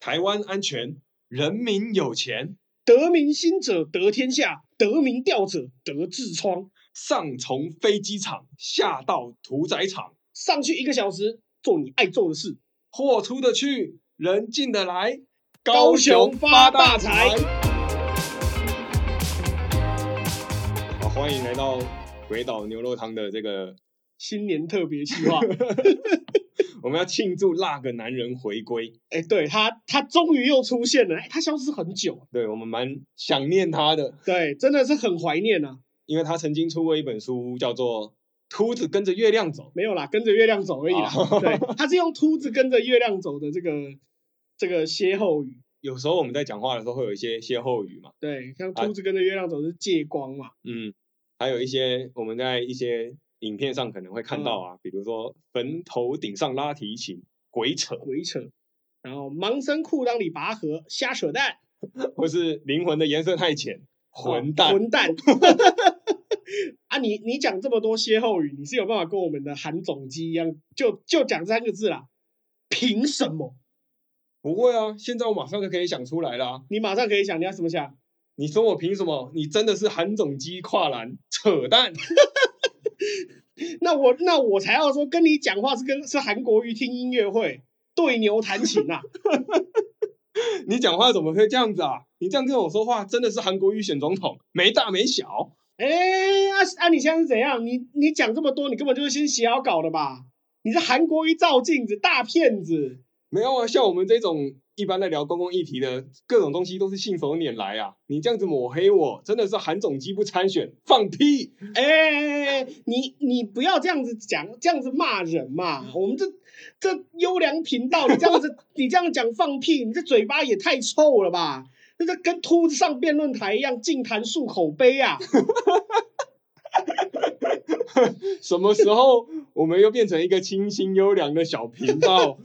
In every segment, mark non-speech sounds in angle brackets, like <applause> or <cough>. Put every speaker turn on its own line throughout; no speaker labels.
台湾安全，人民有钱，
得民心者得天下，得民调者得痔疮。
上从飞机场，下到屠宰场，
上去一个小时，做你爱做的事。
货出得去，人进得来，
高雄发大财。
好，欢迎来到鬼岛牛肉汤的这 <laughs> 个，
新年特别计划，
我们要庆祝那个男人回归。
哎、对他，他终于又出现了，哎、他消失很久，
对我们蛮想念他的，
对，真的是很怀念啊。
因为他曾经出过一本书，叫做《秃子跟着月亮走》。
没有啦，跟着月亮走而已啦。
哦
对，他是用秃子跟着月亮走的这个这个歇后语。
有时候我们在讲话的时候会有一些歇后语嘛，
对，像秃子跟着月亮走是借光嘛，
嗯，还有一些我们在一些影片上可能会看到啊，比如说坟头顶上拉提琴，鬼扯，
鬼扯。然后盲僧裤裆里拔河，瞎扯淡，
或是灵魂的颜色太浅，混蛋。
哦混蛋。 <laughs> 啊，你你讲这么多歇后语，你是有办法跟我们的韩总机一样，就就讲三个字啦？凭什么？
不会啊，现在我马上就可以想出来啦、
你马上可以想，你要怎么想？
你说我凭什么？你真的是韩总机跨栏，扯淡！ <laughs>
那我那我才要说跟你讲话是跟是韩国瑜听音乐会，对牛弹琴啊。 <laughs>
你讲话怎么会这样子啊？你这样跟我说话，真的是韩国瑜选总统，没大没小。
哎、啊啊！你现在是怎样？你你讲这么多，你根本就是先写好稿的吧？你是韩国一照镜子，大骗子！
没有啊，像我们这种一般在聊公共议题的各种东西都是信手拈来啊！你这样子抹黑我，真的是韩总机不参选，放屁！
哎、哎哎你你不要这样子讲，这样子骂人嘛！我们这这优良频道，你这样子你这样讲放屁，你这嘴巴也太臭了吧！那这跟秃子上辩论台一样，净谈漱口杯啊！
什么时候我们又变成一个清新优良的小频道？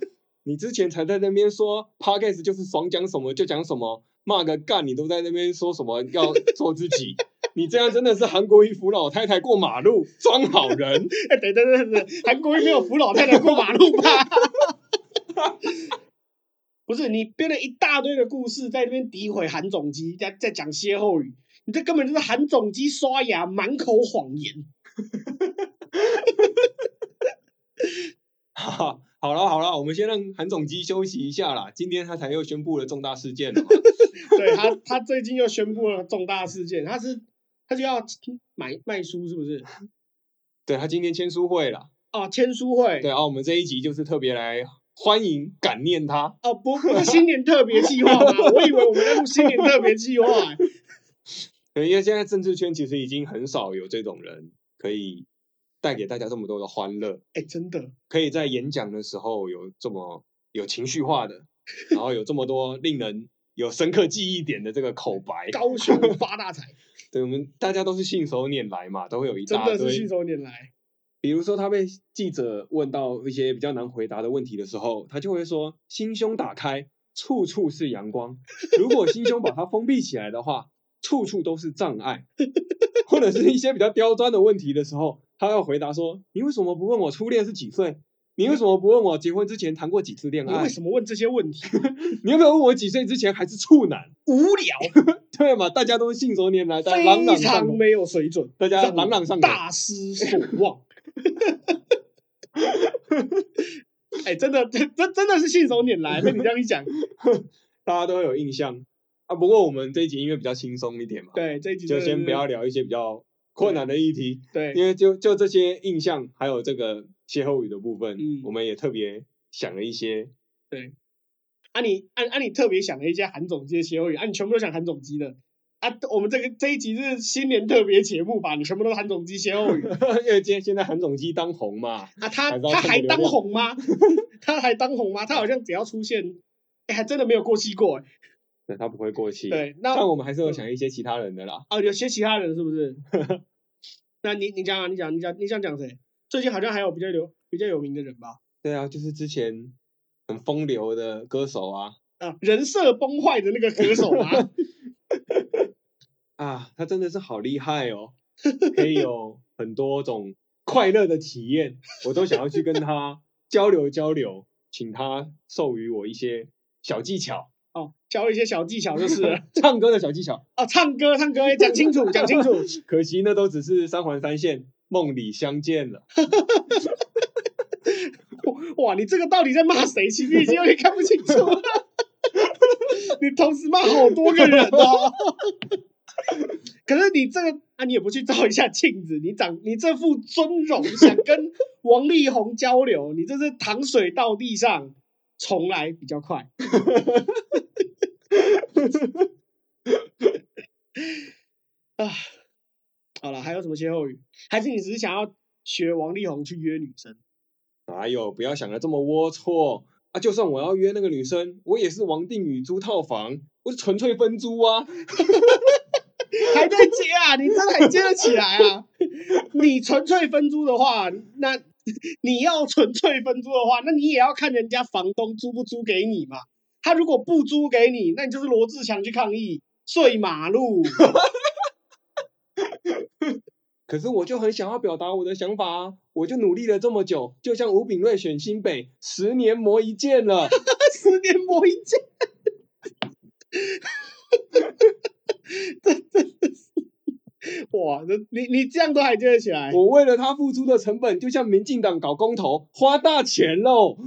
你之前才在那边说 podcast 就是爽讲什么就讲什么，骂个干你都在那边说什么要做自己，你这样真的是韩国一扶老太太过马路装好人。 <laughs>
哎，等等等等，韩国瑜没有扶老太太过马路吧？不是，你编了一大堆的故事，在那边诋毁韩总机，在在讲歇后语，你这根本就是韩总机刷牙，满口谎言。
哈哈，好了好了，我们先让韩总机休息一下啦。今天他才又宣布了重大事件了嘛，
<laughs> 对他，他最近又宣布了重大事件，他是他就要买卖书，是不是？
对他今天签书会了。
哦，签书会。
对啊，我们这一集就是特别来欢迎感念他。
哦，不不是新年特别计划吗？我以为我们在录新年特别计划、欸
对，因为现在政治圈其实已经很少有这种人可以带给大家这么多的欢乐，
哎、真的，
可以在演讲的时候有这么有情绪化的，然后有这么多令人有深刻记忆点的这个口白。
高雄发大财，
对，我们大家都是信手拈来嘛，都会有一
真
大
的是
堆
信手拈来。
比如说，他被记者问到一些比较难回答的问题的时候，他就会说：“心胸打开，处处是阳光；如果心胸把它封闭起来的话，处处都是障碍。”或者是一些比较刁钻的问题的时候，他要回答说：“你为什么不问我初恋是几岁？你为什么不问我结婚之前谈过几次恋
你
爱
为？什么问这些问题？
你有没有问我几岁之前还是处男 <laughs>
无聊，？”
对嘛，大家都信手拈来，大家朗
非
朗上口
常。没有水准，
大家
让我
朗朗上口
大失所望。 <laughs> 哎、真的，真真真的是信手拈来。被你这样一讲，
大家都会有印象啊。不过我们这一集因为比较轻松一点嘛，
对这一集
就
真的
先
是
不要聊一些比较困难的议题，因
对，
为就就这些印象，还有这个歇后语的部分，
嗯
我们也特别想了一些。
啊你啊啊你特别想了一些韩总机的歇后语，啊你全部都想韩总机的啊。我们这个这一集是新年特别节目吧？你全部都是韩总机歇后语
因为今天现在韩总机当红嘛，
啊？他
还是要
他
蹭个
还
流
当
量
红吗？ <laughs> 他还当红吗？他好像只要出现，哎、还真的没有过气过、哎
对他不会过气。，
对，那嗯
但我们还是有想一些其他人的啦。
哦，有些其他人是不是？ <laughs> 那你你讲啊，你讲，你讲，你想讲谁？最近好像还有比较有比较有名的人吧？
对啊，就是之前很风流的歌手啊
啊，人设崩坏的那个歌手
<laughs>
啊，
啊，他真的是好厉害哦，可以有很多种快乐的体验，我都想要去跟他交流交流，请他授予我一些小技巧，
哦，教一些小技巧就是了
唱歌的小技巧。
哦，唱歌唱歌，讲清楚讲清楚，
可惜那都只是三环三线，梦里相见了。
<laughs> 哇，你这个到底在骂谁？其实已经有点看不清楚 <laughs> 了。你同时骂好多个人哦。 <laughs> 可是你这个啊，你也不去照一下镜子，你长你这副尊容，想跟王力宏交流，你这是淌水到地上，重来比较快。 <laughs> 啊，好了，还有什么歇后语？还是你只是想要学王力宏去约女生？
哪有？哎不要想的这么龌龊啊！就算我要约那个女生，我也是王定宇租套房，我是纯粹分租啊。
还在接啊？你真的还接得起来啊？ <laughs> 你纯粹分租的话，那你要纯粹分租的话， <laughs> 那你也要看人家房东租不租给你嘛。他如果不租给你，那你就是罗志祥去抗议睡马路。
可是我就很想要表达我的想法啊！我就努力了这么久，就像吴炳瑞选新北，十年磨一剑了。 <laughs>
十年磨一剑。这真的是， <laughs> 哇！这你你这样都还接得起来
我为了他付出的成本，就像民进党搞公投，花大钱喽！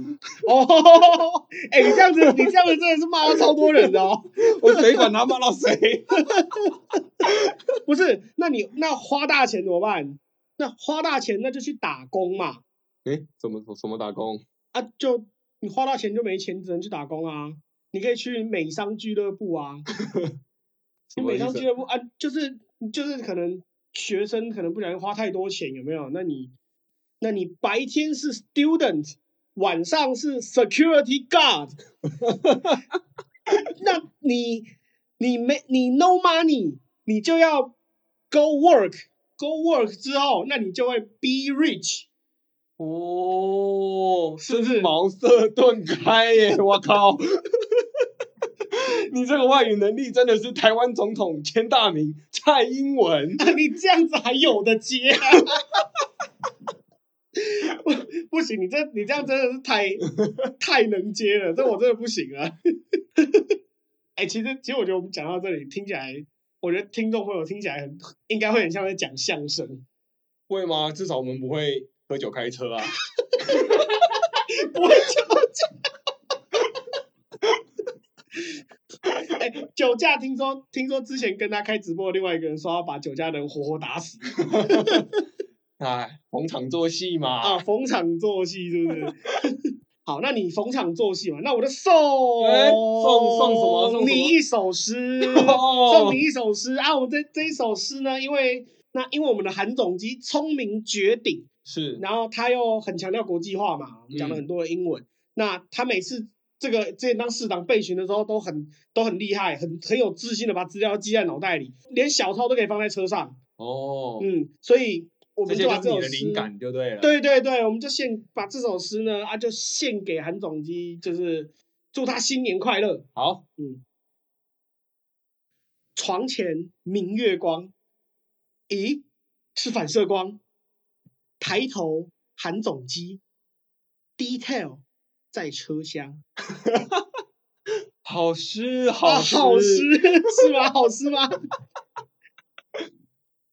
哦？ <laughs> 哎、你这样子，你这样子真的是骂到超多人的哦。
我谁管他骂到谁？
不是，那你那花大钱怎么办？那花大钱那就去打工嘛，
哎，怎么怎么打工？
啊就，你花大钱就没钱，只能去打工啊。你可以去美商俱乐部啊，
什
你
么
美
意
商俱
思？
乐部啊，就是就是可能学生可能不小心花太多钱，有没有？那你那你白天是 student，晚上是 security guard，那你你没你 no money，你就要 go work，go work 之后，那你就会 be rich。
哦，
是不
是
是
茅塞顿开
<laughs>
耶！我靠，你这个外语能力真的是台湾总统前大名蔡英文。
那你这样子还有的接、啊？不不行，你这你这样真的是太太能接了，这我真的不行了。哎、其实其实我觉得我们讲到这里，听起来，我觉得听众朋友听起来很应该会很像在讲相声，
会吗？至少我们不会喝酒开车啊。
不会酒驾。哎、酒驾听说听说之前跟他开直播的另外一个人说要把酒驾的人活活打死，
哎，逢场作戏嘛。
啊，逢场作戏是不是？ <laughs> 好，那你逢场作戏嘛？那我就送、
哎送送什么送什么
你一首
<laughs>
诗，
哦
送你一首诗啊！我这这一首诗呢，因为那因为我们的韩总机聪明绝顶，
是
然后他又很强调国际化嘛，我们讲了很多的英
嗯
文。那他每次这个之前当市长备询的时候，都很都很厉害，很很有自信的把资料记在脑袋里，连小偷都可以放在车上。
哦，
嗯，所以我
这
们
些
就把
就
这
是你
首
的
诗
灵感就对了。，
对对对，我们就献把这首诗呢啊，就献给韩总机，就是祝他新年快乐。
好，
嗯，床前明月光，咦，是反射光。抬头韩总机，detail 在车厢。
好诗，
啊，
好
好诗是吗？好诗
<laughs>
吗？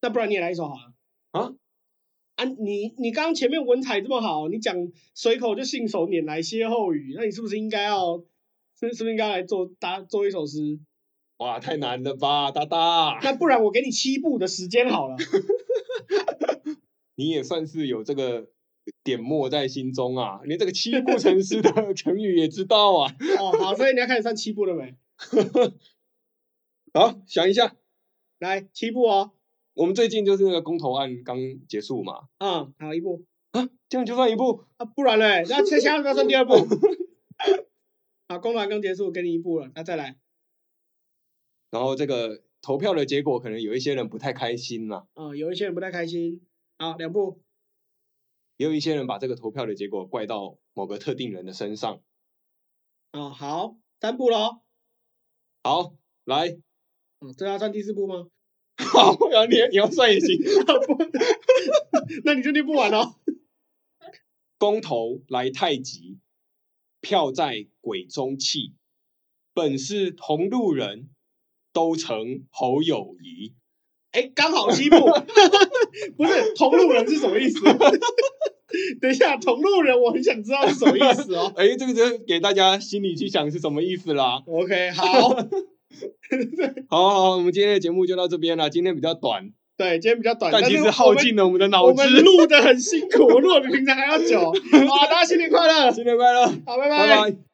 那不然你也来一首好了。
啊
啊，你你刚刚前面文采这么好，你讲随口就信手拈来歇后语，那你是不是应该要，是是不是应该来做搭做一首诗？
哇，太难了吧，大大，
那不然我给你七步的时间好了。
你也算是有这个点墨在心中啊，连这个七步成诗的 <laughs> 成语也知道啊。
哦，好，所以你要开始算七步了没？
好，想一下，
来，七步哦。
我们最近就是那个公投案刚结束嘛，
嗯，好，一步
啊，这样就算一步，
啊，不然嘞，那接下来要算第二步。 <laughs> 好，公完刚结束，给你一步了，那再来。
然后这个投票的结果可能有一些人不太开心啦、
嗯，有一些人不太开心。好，两步。
也有一些人把这个投票的结果怪到某个特定人的身上。
啊、好，三步喽。
好，来， <laughs>
嗯，这要算第四步吗？ <laughs>
好，然后你你要算也行。
那你就念不完哦。
公投来太急，票在鬼中泣，本是同路人，都成侯友谊。
哎，刚好西部， <laughs> 不是同路人是什么意思？ <laughs> 等一下，同路人，我很想知道是什么意思哦。
哎，这个就给大家心里去想是什么意思啦。
OK，好，
好好，好我们今天的节目就到这边了，今天比较短，
对，今天比较短，
但
但
其
是
实
我
耗
们
尽了我们的脑
我
汁。
们录的很辛苦，录的比平常还要久。好，大家新年快乐，
新年快乐，
好，拜
拜拜。